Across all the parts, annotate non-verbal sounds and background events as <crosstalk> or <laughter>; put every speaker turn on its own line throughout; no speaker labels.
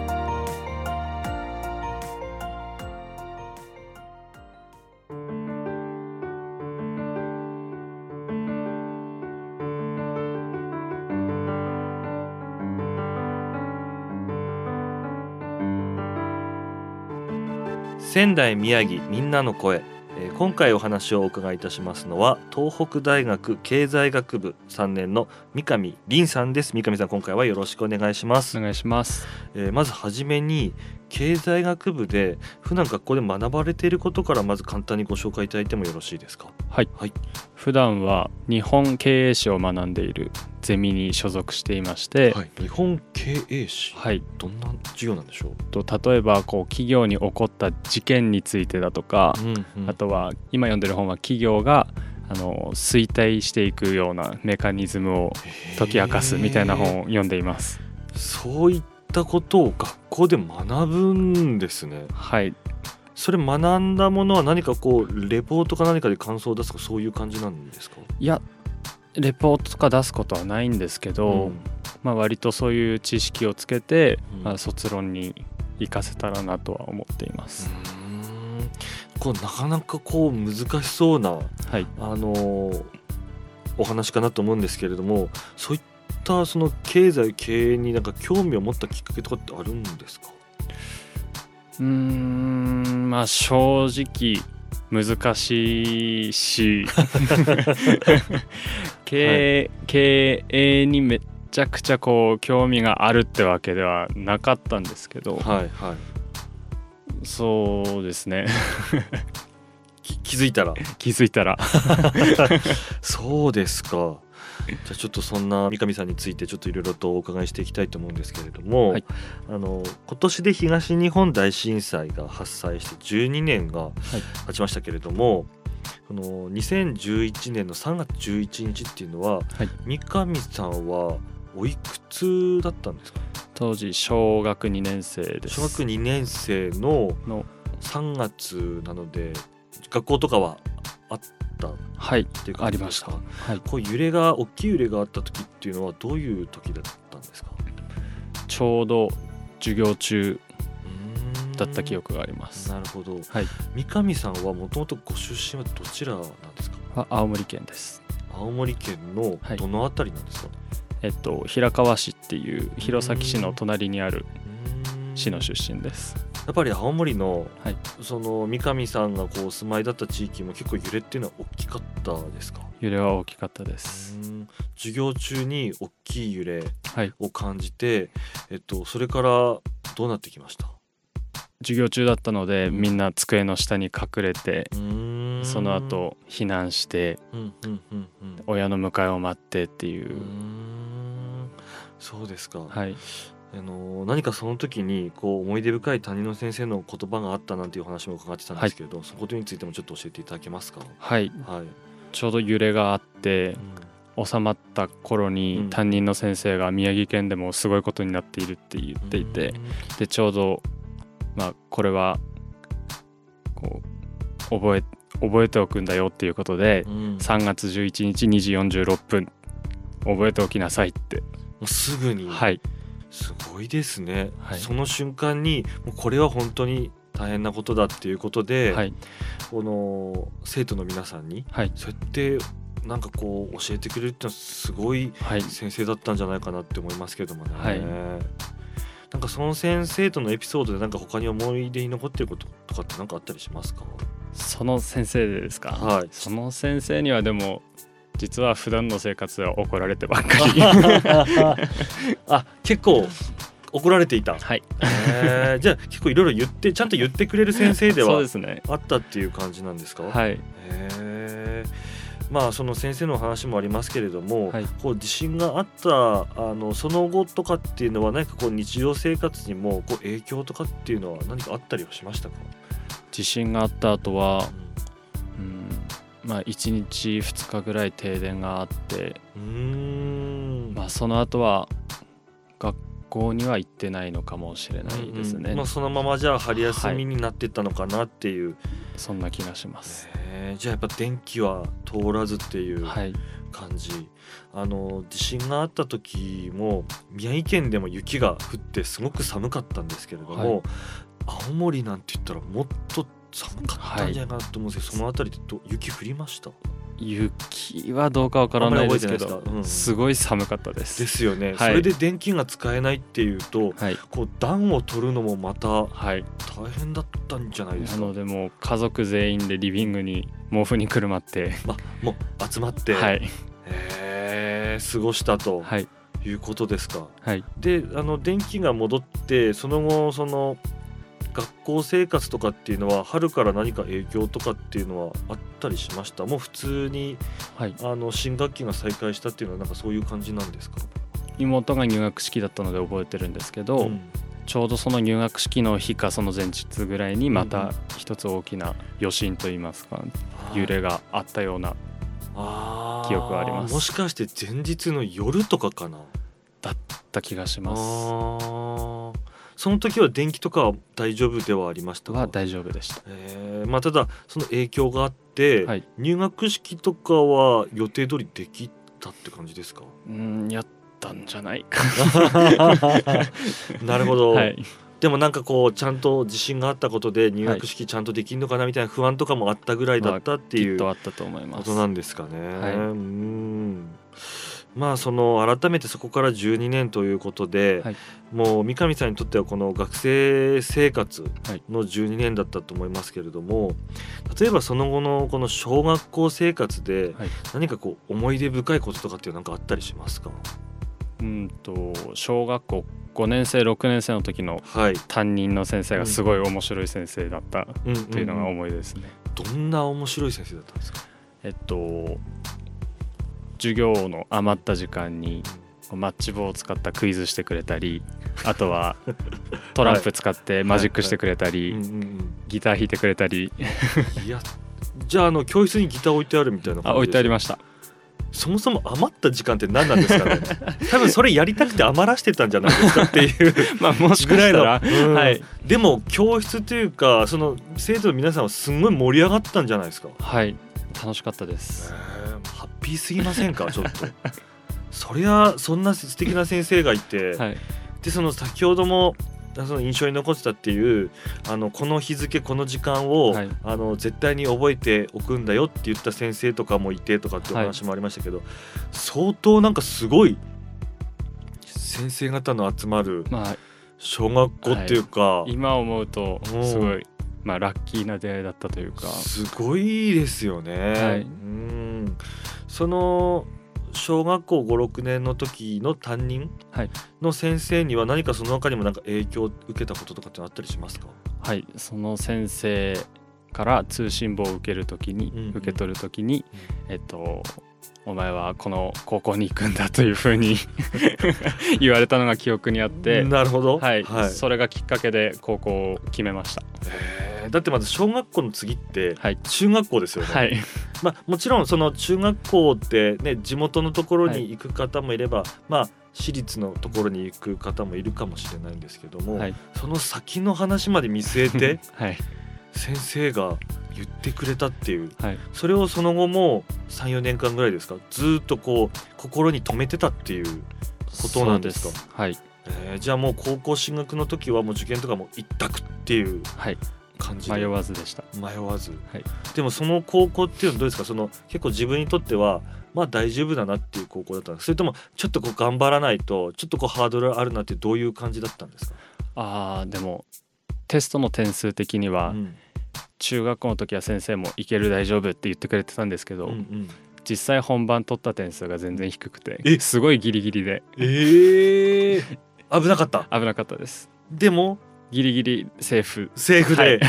仙台宮城みんなの声、えー今回お話をお伺いいたしますのは東北大学経済学部3年の三上凛さんです三上さん今回はよろしくお願いします、
お願いします。
えーまずはじめに経済学部で普段学校で学ばれていることからまず簡単にご紹介いただいてもよろしいですか
はい。
はい
普段は日本経営史を学んでいるゼミに所属していまして、はい。
い、日本経営史どんな授業なんでしょう、
と例えばこう企業に起こった事件についてだとか、
うん
あとは今読んでる本は企業があの衰退していくようなメカニズムを解き明かすみたいな本を読んでいます。
そういったことを学校で学ぶんですね
はい。
それ学んだものは何かこうレポートか何かで感想を出すとかそういう感じなんですか、
いや。レポートとか出すことはないんですけど、
うん
まあ割とそういう知識をつけて、
うん
まあ卒論に活かせたらなとは思っています。
うーんこうなかなかこう難しそうな、
はい。
あのーお話かなと思うんですけれどもそういったその経済経営になんか興味を持ったきっかけとかってあるんですか
うーんまあ正直難しい <laughs> し経営、経営にめちゃくちゃこう興味があるってわけではなかったんですけど、
はいはい
そうですね <laughs>
き気づいたら
気づいたら
そうですかじゃあちょっとそんな三上さんについてちょっといろいろとお伺いしていきたいと思うんですけれども、
はい
あの今年で東日本大震災が発災して12年が経ちましたけれども、その2011年の3月11日っていうのは、
はい
三上さんはおいくつだったんですか
当時小学2年生です
小学2年生の
の
3月なので学校とかはあったっ
はい
ていう
あ
感
り
じ
ま
で
し
す
た
か
はい
こう揺れが大きい揺れがあった時っていうのはどういう時だったんですか
ちょうど授業中だ
だ
った記憶があります
なるほど、
はい
三上さんはもともとご出身はどちらなんですか
あ青森県です
青森県の
はい
どのあたりなんですか、
えっと平川市っていう弘前市の隣にある
うーん
市の出身です。
やっぱり青森の、
はい
その三上さんがこうお住まいだった地域も結構揺れっていうのは大きかったですか
揺れは大きかったで
う
す。
ーん授業中に大きい揺れ
はい。
を感じて、えっと、それからどうなってきました
授業中だったので、みんな机の下に隠れて、
うーん
その後避難して
うんうんうんうん
親の迎えを待ってっていう
ー
う。
んそうですか、
はい。
あの何かその時にこう思い出深い担任の先生の言葉があったなんていう話も伺ってたんですけれど、そのことについてもちょっと教えていただけますか
はい。
はい、
ちょうど揺れがあって収まった頃
うん
に担任の先生が宮城県でもすごいことになっているって言っていて、でちょうどまあこれはこう覚え覚えておくんだよっていうことで
うん、うん
3月11日2時46分覚えておきなさいって、
もうすぐに、
はい
すごいですね、
はい
その瞬間にもうこれは本当に大変なことだっていうことで、
はい
この生徒の皆さんに
はい
そうやってなんかこう教えてくれるってのはすごい
はい
先生だったんじゃないかなって思いますけどもね。
はい
なんかその先生とのエピソードでなんか他に思い出に残ってることとかって何かあったりしますか
その先生でですか、
はい
その先生にはでも実は普段の生活では怒られてばっか
<laughs>
り
<laughs> あ結構怒られてい
<laughs>
た、
はい
へーじゃあ結構いろいろ言ってちゃんと言ってくれる先生で
そう
は
ですね
あったっていう感じなんですか、
はい
へえまあその先生のお話もありますけれども、
はい
こう地震があったあのその後とかっていうのは何かこう日常生活にもこう影響とかっていうのは何かあったりはしましたか、
地震があった後はうんまあ1日2日ぐらい停電があって
うーん
まあその後は学校には行ってないのかもしれないですね、
うんまあ、そのままじゃあ春休みになってったのかなっていう、
そんな気がします、
えーじゃあやっぱ電気は通らずっていう
はい
感じ、あの地震があった時も宮城県でも雪が降ってすごく寒かったんですけれども、青森なんて言ったらもっと寒かったんじゃないかなと思うんですけど、その辺りってど雪降りました
雪はどうかわからないですけ
あんまり
ど
覚えてないですかうん
すごい寒かったです
ですよね、
い
それで電気が使えないっていうと
はい
こう暖を取るのもまた大
はい
変だったんじゃないです
な
か
のでもう家族全員でリビングに毛布にくるまって
あもう集まって、
はい
えー過ごしたと
はい
いうことですか。
はい
であの電気が戻ってその後その学校生活とかっていうのは春から何か影響とかっていうのはあったりしましたもう普通に
はい
あの新学期が再開したっていうのはなんかそういう感じなんですか、
妹が入学式だったので覚えてるんですけど、
ん
ちょうどその入学式の日かその前日ぐらいに
う
ま
んうん
た一つ大きな余震といいますか揺れがあったような
あー
記憶はあります
もしかして前日の夜とかかな
だった気がし
あ
ます
ーその時は電気とかは大丈夫ではありました
は
か
大丈夫でした
えーまあ、ただその影響があって、
はい
入学式とかは予定通りできたって感じですか <laughs>
うんやったんじゃないか
なるほど、
はい
でもなんかこうちゃんと自信があったことで入学式ちゃんとできるのかなみたいな不安とかもあったぐらいだったって
き
い
っ
う
と
こ
あったと思います
となんですかね。
はいう
ーんまあその改めてそこから12年ということで、
はい
もう三上さんにとってはこの学生生活の12年だったと思いますけれども例えばその後のこの小学校生活で
はい
何かこう思い出深いこととかっていうのなんかあったりしますか
うんと小学校5年生6年生の時の
はい、
担任の先生がすごい面白い先生だった
うん
というのが
ん
思い出ですね、
どんな面白い先生だったんですか、
えっと授業の余った時間にマッチ棒を使ったクイズしてくれたりあ
<laughs>
とはトランプ使ってマジックしてくれたり、
うんうんうん
ギター弾いてくれたり
いやじゃああの教室にギター置いてあるみたいな感じ
あ置いてあ
す
りました
そもそも余った時間って何なんですかね <laughs> 多分それやりたくて余らしてたんじゃないですかっていう
まあ <laughs> もしか
ぐら
し
い
た
の
ら、
うん
はい、
でも教室というかその生徒の皆さんはすんごい盛り上がったんじゃないですか
はい、楽しかったです
ハッピーすぎませんかちょっとそりゃそんな素敵な先生がい
<laughs>
て、
はい
でその先ほどもあその印象に残ってたっていうあのこの日付この時間を、
はい
あの絶対に覚えておくんだよって言った先生とかもいてとかってお話もありましたけど、相当なんかすごい先生方の集まる
まあ
小学校っていうか、
今思うと
うん
すごいまあラッキーな出会いだったというか
すごいですよね。
はい
うんその小学校56年の時の担任
はい
の先生には何かその他にもなんか影響を受けたこととかってあったりしますか、
はいその先生から通信簿を受けるときに、
うんうん
受け取るときに、えっとお前はこの高校に行くんだというふうに <laughs> 言われたのが記憶にあって、
なるほど、
はい、それがきっかけで高校を決めました。
えーだってまず小学校の次って
はい、
中学校ですよね、
はい、
まあ、もちろんその中学校って、ね、地元のところに行く方もいれば、まあ、私立のところに行く方もいるかもしれないんですけども、
はい、
その先の話まで見据え
<laughs>
て
はい、
先生が言ってくれたっていう
はい、
それをその後も34年間ぐらいですかずーっとこう心に留めてたっていう、ことなんですか
そうはい、
えーじゃあもう高校進学の時はもう受験とかも一択っていう
はい、
感じで
迷わずでした。
迷わず、
はい
でもその高校っていうのはどうですかその結構自分にとってはまあ大丈夫だなっていう高校だったんですかそれともちょっとこう頑張らないとちょっとこうハードルあるなってどういう感じだったんですか、
ああ、でもテストの点数的には、
うん
中学校の時は先生もいける大丈夫って言ってくれてたんですけど、
うんうん
実際本番取った点数が全然低く
え
てすごいギリギリで
ええ危なかった
危なかったです
でも
ギリギリセーフ
セーフ
は
で
い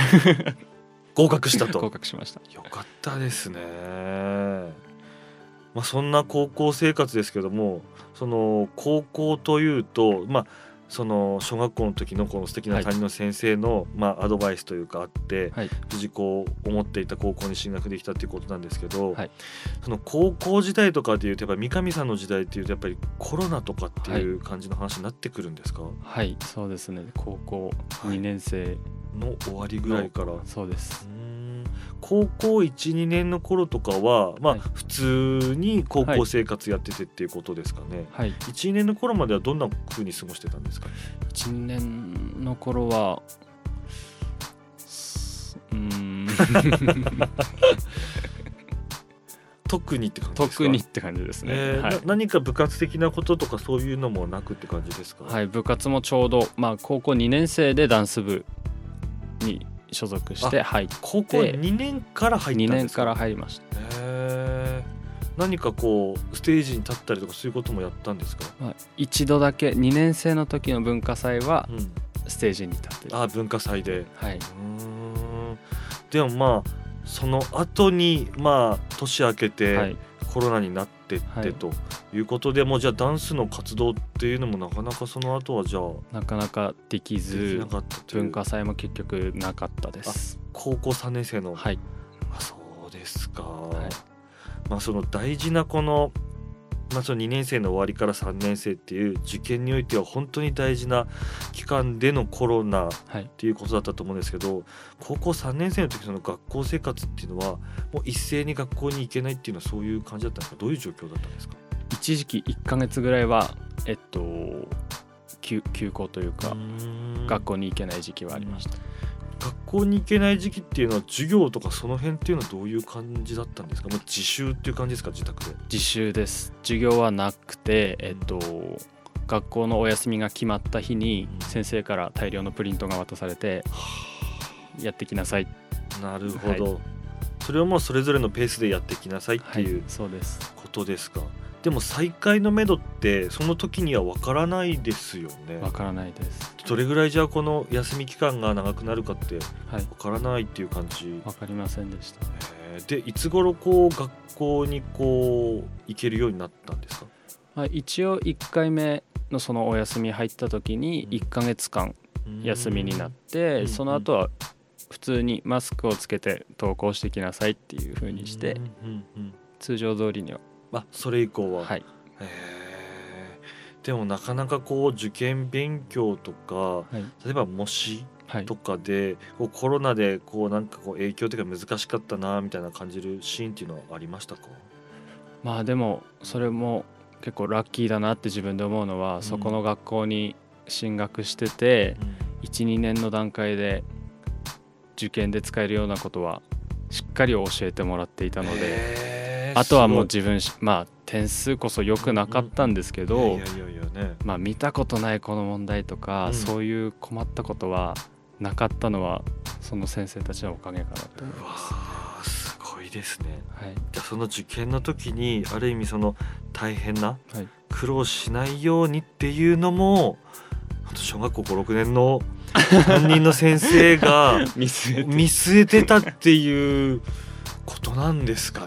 合格したと、
合格しました
よかったですね。まあ、そんな高校生活ですけどもその高校というと、まあ、その小学校の時のこの素敵な担任の先生の、まあ、アドバイスというかあって、
はい
無事こう思っていた高校に進学できたっていうことなんですけど、
はい
その高校時代とかでいうとやっぱり三上さんの時代っていうとやっぱりコロナとかっていう感じの話になってくるんですか、
はいそうですね高校
い
2年生
の終わりぐらいから。
そうです
うーん高校12年の頃とかは、まあ
はい
普通に高校生活やっててっていうことですかね、
はい
一2年の頃まではどんな風に過ごしてたんですか
1年の頃はすう
<laughs>
ーん
特にって感じですか
特にって感じですね、
えー
はい
な何か部活的なこととかそういうのもなくって感じですか、
はい、部活もちょうど、まあ、高校2年生でダンス部に所属して、はい、
高校
で
2年から入っ
2
たん
年
です
か
から年
入りまし
か
た、
ら、えー何かこうステージに立ったりとかそういうこともやったんですか、
まあ、一度だけ2年生の時の文化祭は
うん、
ステージに立ってる
あ文化祭で
はい、
うーんでもまあその後にまあ年明け
は
て
い、
コロナになってって、
はい
ということでもうじゃあダンスの活動っていうのもなかなかその後はじゃあ
なかなかでき
でき
ず
なかったという
文化祭も結局なかったです
高校3年生の、
はい
あそうですか、
い
まあその大事なこの,、まあその2年生の終わりから3年生っていう受験においては本当に大事な期間でのコロナっ
はい
ていうことだったと思うんですけど高校3年生の時その学校生活っていうのはもう一斉に学校に行けないっていうのはそういう感じだったんですかどういう状況だったんですか
一時期1ヶ月ぐらいはえっと休休校というか学
学
校に行けない時期はありました
学校に行けない時期っていうのは授業とかその辺っていうのはどういう感じだったんですかもう自習っていう感じですか自宅で。
自習です授業はなくてえっと学校のお休みが決まった日に
うん
先生から大量のプリントが渡されてやってきなさい
なるほど、それをもうそれぞれのペースでやってきなさいって
はい
いう
そうです
ことですか、でも再開のめどってその時にはわからないですよね
わからないです
どれぐらいじゃあこの休み期間が長くなるかってわ
はい
からないっていう感じ、
わかりませんでした
へーでいつ頃こう学校にこう行けるようになったんですか
まあ、一応1回目のそのお休み入った時に
うん
1ヶ月間休みになっ
う
て、
ん
その後は普通にマスクをつけて登校してきなさいっていう風にして、
うんうんうん
通常通りには
あそれ以降は、
はい
へーでもなかなかこう受験勉強とか
はい
例えば模試
はい
とかでこうコロナでこうなんかこう影響というか難しかったなみたいな感じるシーンっていうのはありましたか
まあでもそれも結構ラッキーだなって自分で思うのは、
ん
そこの学校に進学してて12年の段階で受験で使えるようなことはしっかり教えてもらっていたので。
へー
あとはもう
す
自分しまあ点数こそ良くなかったんですけど、
ごいいやいやいやいやね
まあ、見たことないこの問題とか、
うん
そういう困ったことはなかったのはその先生たちのおかげかなと思いう
わ
ます。
ーすごいですね
はい、
じゃあその受験の時にある意味その大変な
はい
苦労しないようにっていうのもほんと小学校56年の担任の先生が
<laughs> 見据
見据えてたっていうことなんですかね。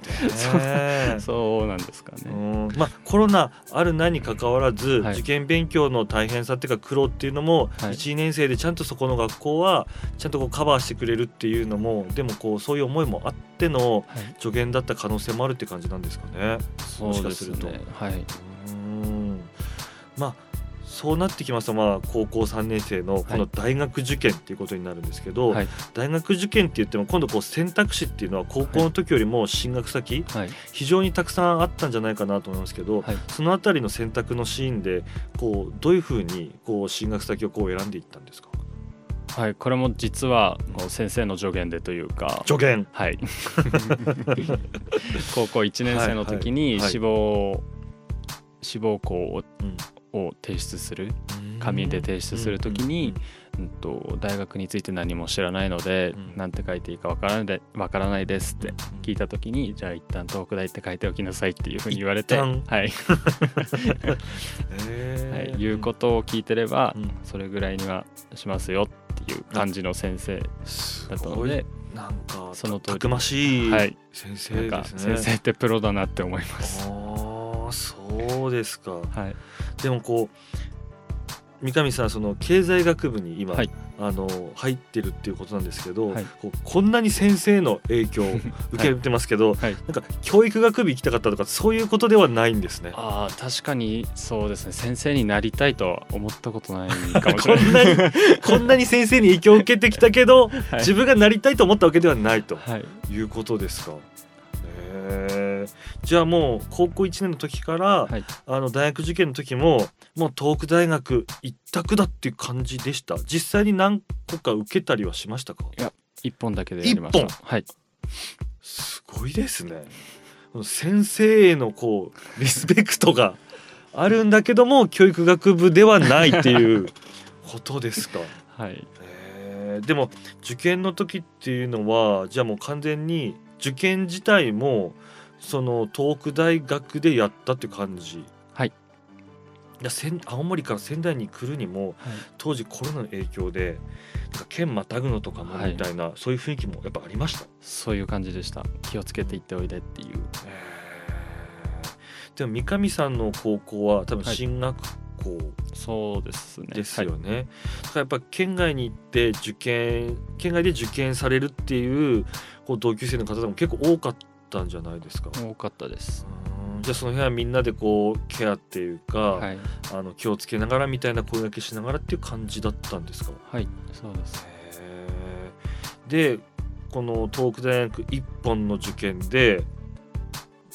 <laughs> そうそうなんですかね。
うんまあ、コロナあるなにかかわらず、
はい
受験勉強の大変さっていうか苦労っていうのも、
はい
1、2年生でちゃんとそこの学校はちゃんとこうカバーしてくれるっていうのもでもこうそういう思いもあっての
はい、
助言だった可能性もあるって感じなんですかね。
そ
もし
う
か
ですす
ると
ね。はい、
うんまあそうなってきますと、まあ、高校3年生のこの
はい
大学受験っていうことになるんですけど、
はい、
大学受験って言っても今度こう選択肢っていうのは高校の時よりも進学先、
はい、
非常にたくさんあったんじゃないかなと思いますけど、
はい
そのあたりの選択のシーンでこうどういうふうにこう進学先をこう選んでいったんですか
はい、これも実はこう先生の助言でというか。
助言 <laughs>
はい、高校1年生の時に
はいはい
志望志望校を
うん
を提出する紙で提出するときにうんと大学について何も知らないので、
うん
なんて書いていいかわからないでわからないですって聞い
た
たときに、じゃあ一旦東北大って書いておきなさいっていうふうに言われて、
一
は
旦
い <laughs> はい、いうことを聞いてれば、それぐらいにはしますよっていう感じの先生
す
だったの
ごい
で、
なんか
その通
た
り
たくましい
はい
先
な
生
ん
で
か
すね。
先生ってプロだなって思います。
あーそうですか
はい、
でもこう三上さんその経済学部に今、
はい
あの入ってるっていうことなんですけど、
はい
こうこんなに先生の影響を受けてますけど、
はい
なんか教育学部行きたかったとかそういうことではないんですね。
あー確かにそうですね先生になりたいとは思った <laughs> ことないかもし
こ
れない
んなにこんなに先生に影響を受けてきたけど、
はい
自分がなりたいと思ったわけではないと
はい、
いうことですか。へーじゃあもう高校1年の時から、
はい
あの大学受験の時ももう東北大学一択だっていう感じでした実際に何個か受けたりはしましたか
一本だけでやりました
一
はい
すごいですね先生へのこうリスペクトがあるんだけども教育学部ではないっていうことです
<laughs>
か
はい
へーでも受験の時っていうのはじゃあもう完全に受験自体もその東北大学でやったって感じ
はい
や仙青森から仙台に来るにも
はい
当時コロナの影響でなんか県またぐのとかも
はい
みたいな、そういう雰囲気もやっぱありました
そういう感じでした気をつけていっておいでっていう
でも三上さんの高校は多分
はい
進学校
そうですね
ですよね、だからやっぱ県外に行って受験県外で受験されるっていうこう同級生の方でも結構多かったんじゃないですか、
はい、多かったです
うんじゃあその辺はみんなでこうケアっていうか、
はい
あの気をつけながらみたいな声掛けしながらっていう感じだったんですか
はいそうです
へーでこの東北大学一本の受験で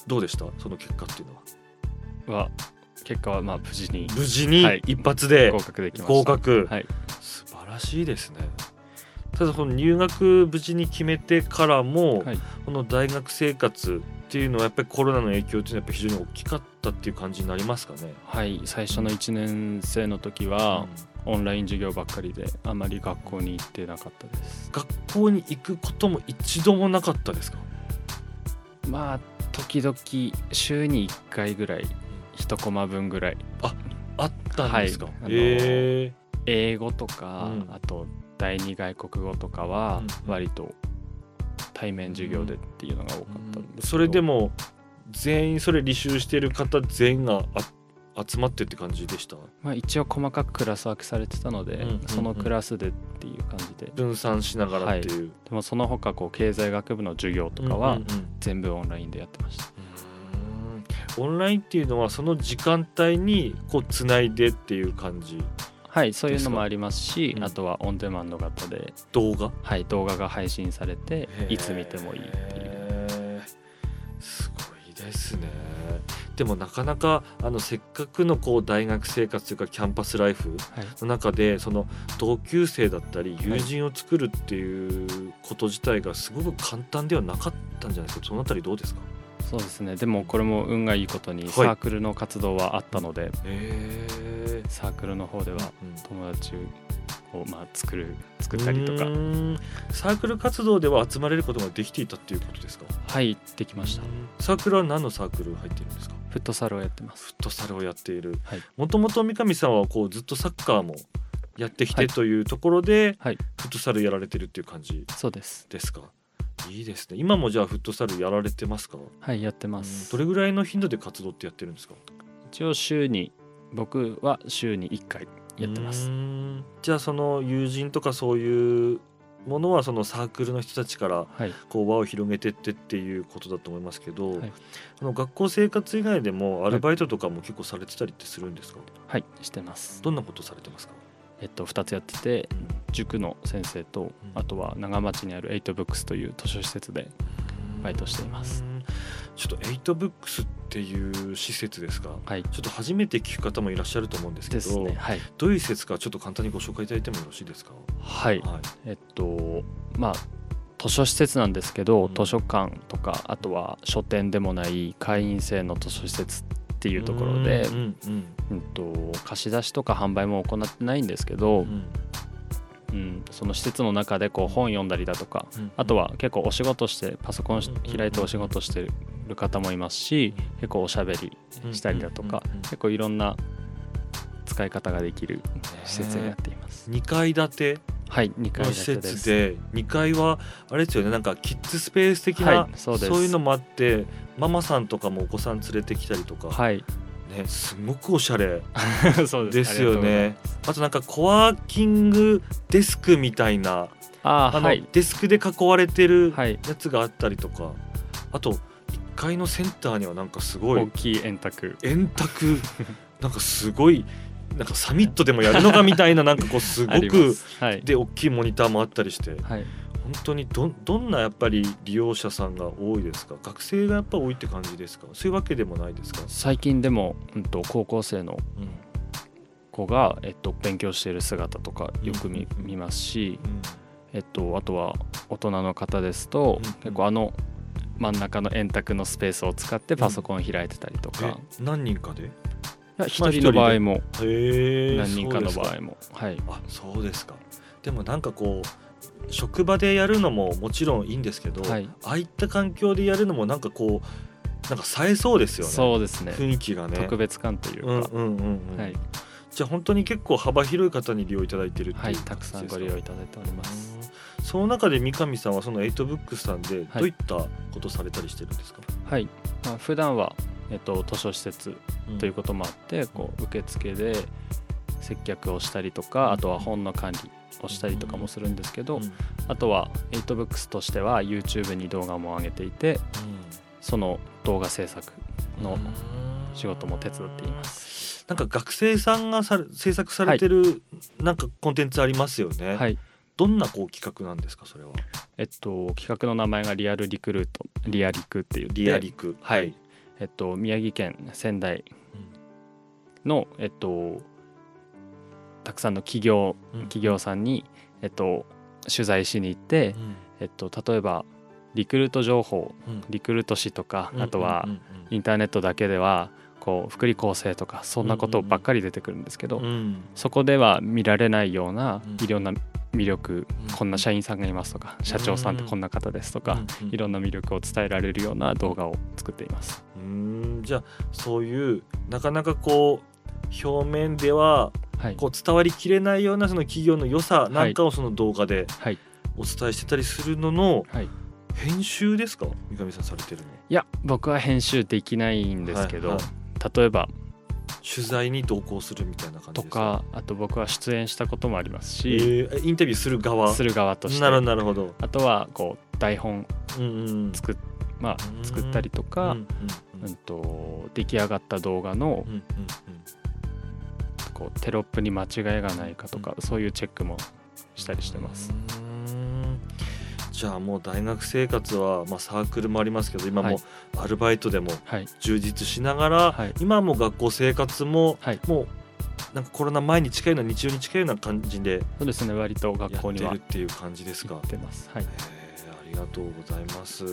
どうでしたその結果っていうのは
は結果はまあ無事に
無事に
はい
一発で
合格できました
合格、
はい
素晴らしいですねただこの入学無事に決めてからも、
はい
この大学生活っていうのはやっぱりコロナの影響っていうのはやっぱ非常に大きかったっていう感じになりますかね
はい最初の1年生の時はオンライン授業ばっかりであまり学校に行ってなかったです
学校に行くことも一度もなかったですか
まあ時々週に1回ぐらい1コマ分ぐらい
あったんですか、
はい
へえ
英語とか、
うん
あと第二外国語とかは
うん
割と対面授業でっていうのが多かったんですけど、
それでも全員それ履修してる方全員があ集まってって感じでした
まあ、一応細かくクラス分けされてたので、
うんうんうん
そのクラスでっていう感じでで
分散しながらっていう、
もその他こう経済学部の授業とか
う
は
んうんうん
全部オンラインでやってました、
うーんオンラインっていうのはその時間帯にこうつないでっていう感じ
はいそういうのもありますし、
うん
あとはオンデマンド型で、
動画
はい、動画が配信されていつ見てもいいっていう
いうすごいですねでもなかなかあのせっかくのこう大学生活というかキャンパスライフ
はい
の中でその同級生だったり友人を作るっていうこと自体がすごく簡単ではなかったんじゃないですかそのあたりどうですか
そうですねでもこれも運がいいことに
い
サークルの活動はあったので、
へえ
サークルの方では友達をまあ作る作ったりとか
サークル活動では集まれることができていたっていうことですか
はいできました
うんサークルは何のサークル入っているんですか
フットサルをやってます
フットサルをやっている
はい
もともと三上さんはこうずっとサッカーもやってき
は
て
い
というところで、
はい
フットサルやられてるっていう感じ
そうです
ですかいいですね今もじゃあフットサルやられてますか
はいやってま
うん
す
どれぐらいの頻度で活動ってやってるんですか
一応週に僕は週に1回やってま
う
す
ーんじゃあその友人とかそういうものはそのサークルの人たちから
はい
こう輪を広げてってっていうことだと思いますけど、
はい
あの学校生活以外でもアルバイトとかも結構されてたりってするんですか、
はいしてます
どんなことされてますか、
えっと2つやってて塾の先生とあとは長町にあるエイトブックスという図書施設でバイトしています
うんちょっとエイトブックスっていう施設ですか
はい
ちょっと初めて聞く方もいらっしゃると思うんですけ
です
ど
ねはい
どういう施設かちょっと簡単にご紹介いただいてもよろしいですか
はい
はい
えっとまあ図書施設なんですけど、
うん
図書館とかあとは書店でもない会員制の図書施設っていうところで
う、んうん
うんと貸し出しとか販売も行ってないんですけど、うん、その施設の中でこう本読んだりだとかあとは結構お仕事してパソコンし
うん
開いてお仕事してる方もいますし結構おしゃべりしたりだとか
うんうんうん
結構いろんな使い方ができる施設になっています。
2階建て
はい、2階
の施
建てで
設
す。
で2階はあれですよねなんかキッズスペース的な、
はいそうです
<laughs> いうのもあってママさんとかもお子さん連れてきたりとか、
はい、
ねすごくおしゃれ
そう
で
ですす
よねあとなんかコワーキングデスクみたいな
ありがとうございますあ
あ
ー
の、
はい
デスクで囲われてる
はい
やつがあったりとかあと1階のセンターにはなんかすご
大
い
きい円卓
円卓 <laughs> なんかすごいなんかサミットでもやるのかみたいななんかこうすご
<laughs> ありま
く
すはい
で大きいモニターもあったりして
はい
本当にどどんなやっぱり利用者さんが多いですか学生がやっぱ多いって感じですかそういうわけでもないですか、
最近でも、うん、と高校生の
うん
子が、えっと、勉強している姿とかよく見,、
うん
見ますし、えっと、あとは大人の方ですと、
うんうん
結構あの真ん中の円卓のスペースを使ってパソコンを開いてたりとか
え何人かでへ
いや一、
まあ一人で
人の場合も
え
何人かの場合も、はい、
あそうですかでもなんかこう職場でやるのももちろんいいんですけど、
はい
ああいった環境でやるのもなんかこうなんか冴えそうですよね
そうですね
雰囲気がね
特別感という
うんうん
か、
うんうん、
はい
じゃあ本当に結構幅広い方に利用いただいてるっていう
はい、
感じ
たくさん
ですか
ご利用いただいております。
うんその中で三上さんはそのエイトブックスさんで
はい
どういったことされたりしてるんですか、
はい、まあ、普段は、えっと、図書施設という
こ
こともあってこう受付で接客をしたりとかあとは本の管理をしたりとかもするんですけど、あとは8 b o o k としては YouTube に動画も上げていてその動画制作の仕事も手伝っています
なんか学生さんがされ制作されてるなんかコンテンツありますよね、
はい
どんなこう企画なんですかそれは
えっと企画の名前がリアルリクルートリアリクっていう
リアリク
はい、えっと、宮城県仙台の、えっと、たくさんの企業
うん
企業さんに、えっと、取材しに行って、
うん
えっと、例えばリクルート情報
うん
リクルート誌とか、
うん
あとは
うんうん
インターネットだけではこう福利厚生とかそんなことばっかり出てくるんですけど、
うんうん
そこでは見られないような
うん
いろんな魅力、
うん
こんな社員さんがいますとか社長さんってこんな方ですとか、
うんうん
いろんな魅力を伝えられるような動画を作っています。
うーんじゃあそういうなかなかこう表面では
はい、
こう伝わりきれないようなその企業の良さなんかをその動画で
はい
お伝えしてたりするのの
はい、い
編集ですか三上さんされてるの
や僕は編集できないんですけど、
はいは
例えば
取材に同行するみたいな感じ
と
です
かあと僕は出演したこともあります
え
し、
ーインタビューする側
する側として
なるほどなるほど、
あとはこう台本
うんうん
作っ,、ま
うん
あ、作ったりとか、
うんうんうん
うんと出来上がった動画の
うんうんうん
こうテロップに間違いがないかとか、そういうチェックもしたりしてます。
うーんじゃあもう大学生活は、まあ、サークルもありますけど今
は
も
いう
アルバイトでも
はい、
充実しながら、
はい
今はもう学校生活も、
はい
もうなんかコロナ前に近いような日常に近いような感じで
そうですね割と
や
学校
って
には
るっていう感じです
行
か
っ。てます。はい
へーありがとうございます。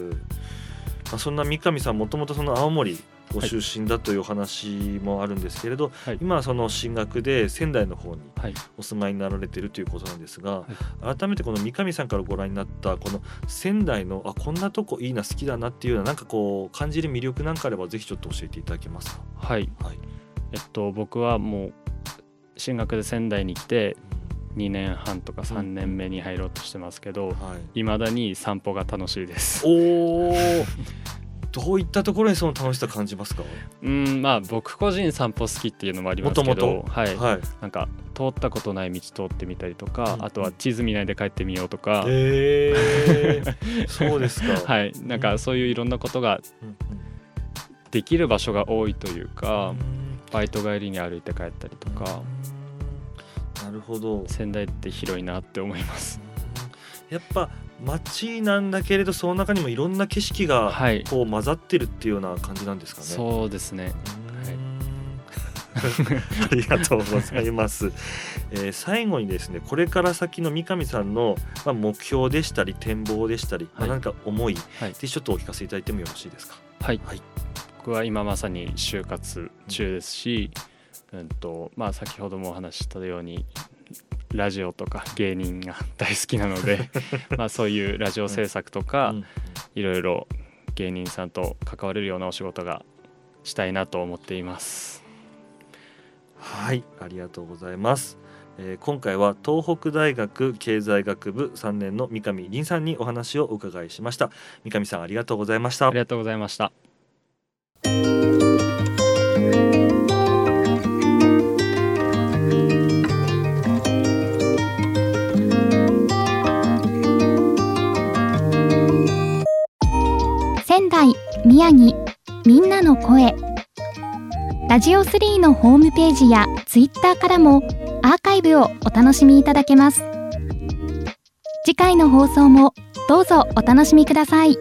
まあ、そんな三上さんもともとその青森ご出身だというお話もあるんですけれど、
はい
今はその進学で仙台の方に
はい
お住まいになられているということなんですが、改めてこの三上さんからご覧になったこの仙台のあこんなとこいいな好きだなっていうようななんかこう感じる魅力なんかあればぜひちょっと教えていただけますか。
はい
はい。
えっと僕はもう進学で仙台に来て2年半とか3年目に入ろうとしてますけど、
はい。
未だに散歩が楽しいです。
おお。どういったところにその楽しさ感じますか。
うんまあ僕個人散歩好きっていうのもありますけど、
もとも
はい、
はい。
なんか通ったことない道通ってみたりとか、
うん
あとは地図見ないで帰ってみようとか、
え
<laughs>
ー、そうですか。い。
はいなんかそういういろんなことができる場所が多いというか、バイト帰りに歩いて帰ったりとか、
うん。なるほど。
仙台って広いなって思います。
やっぱ街なんだけれどその中にもいろんな景色が
はい、
こう混ざってるっていうような感じなんですかね。う
そうですね。
ーん
<laughs>
ありがとうございます、えー最後にですねこれから先の三上さんの、まあ、目標でしたり展望でしたり、まあ
はい
なんか思い、ぜ
はい
ひちょっとお聞かせいただいてもよろしいですか。
はい、
はい
僕は今まさに就活中ですし、うんとまあ、先ほどもお話ししたようにラジオとか芸人が大好きなの <laughs> でまあそういうラジオ制作とか、
うん
いろいろ芸人さんと関われるようなお仕事がしたいなと思っています。
はい、ありがとうございます。えー今回は東北大学経済学部3年の三上凛さんにお話をお伺いしました。三上さんありがとうございました
あり。がとうございました。
「ヤギみんなの声ラジオ3のホームページやツイッターからもアーカイブをお楽しみいただけます次回の放送もどうぞお楽しみください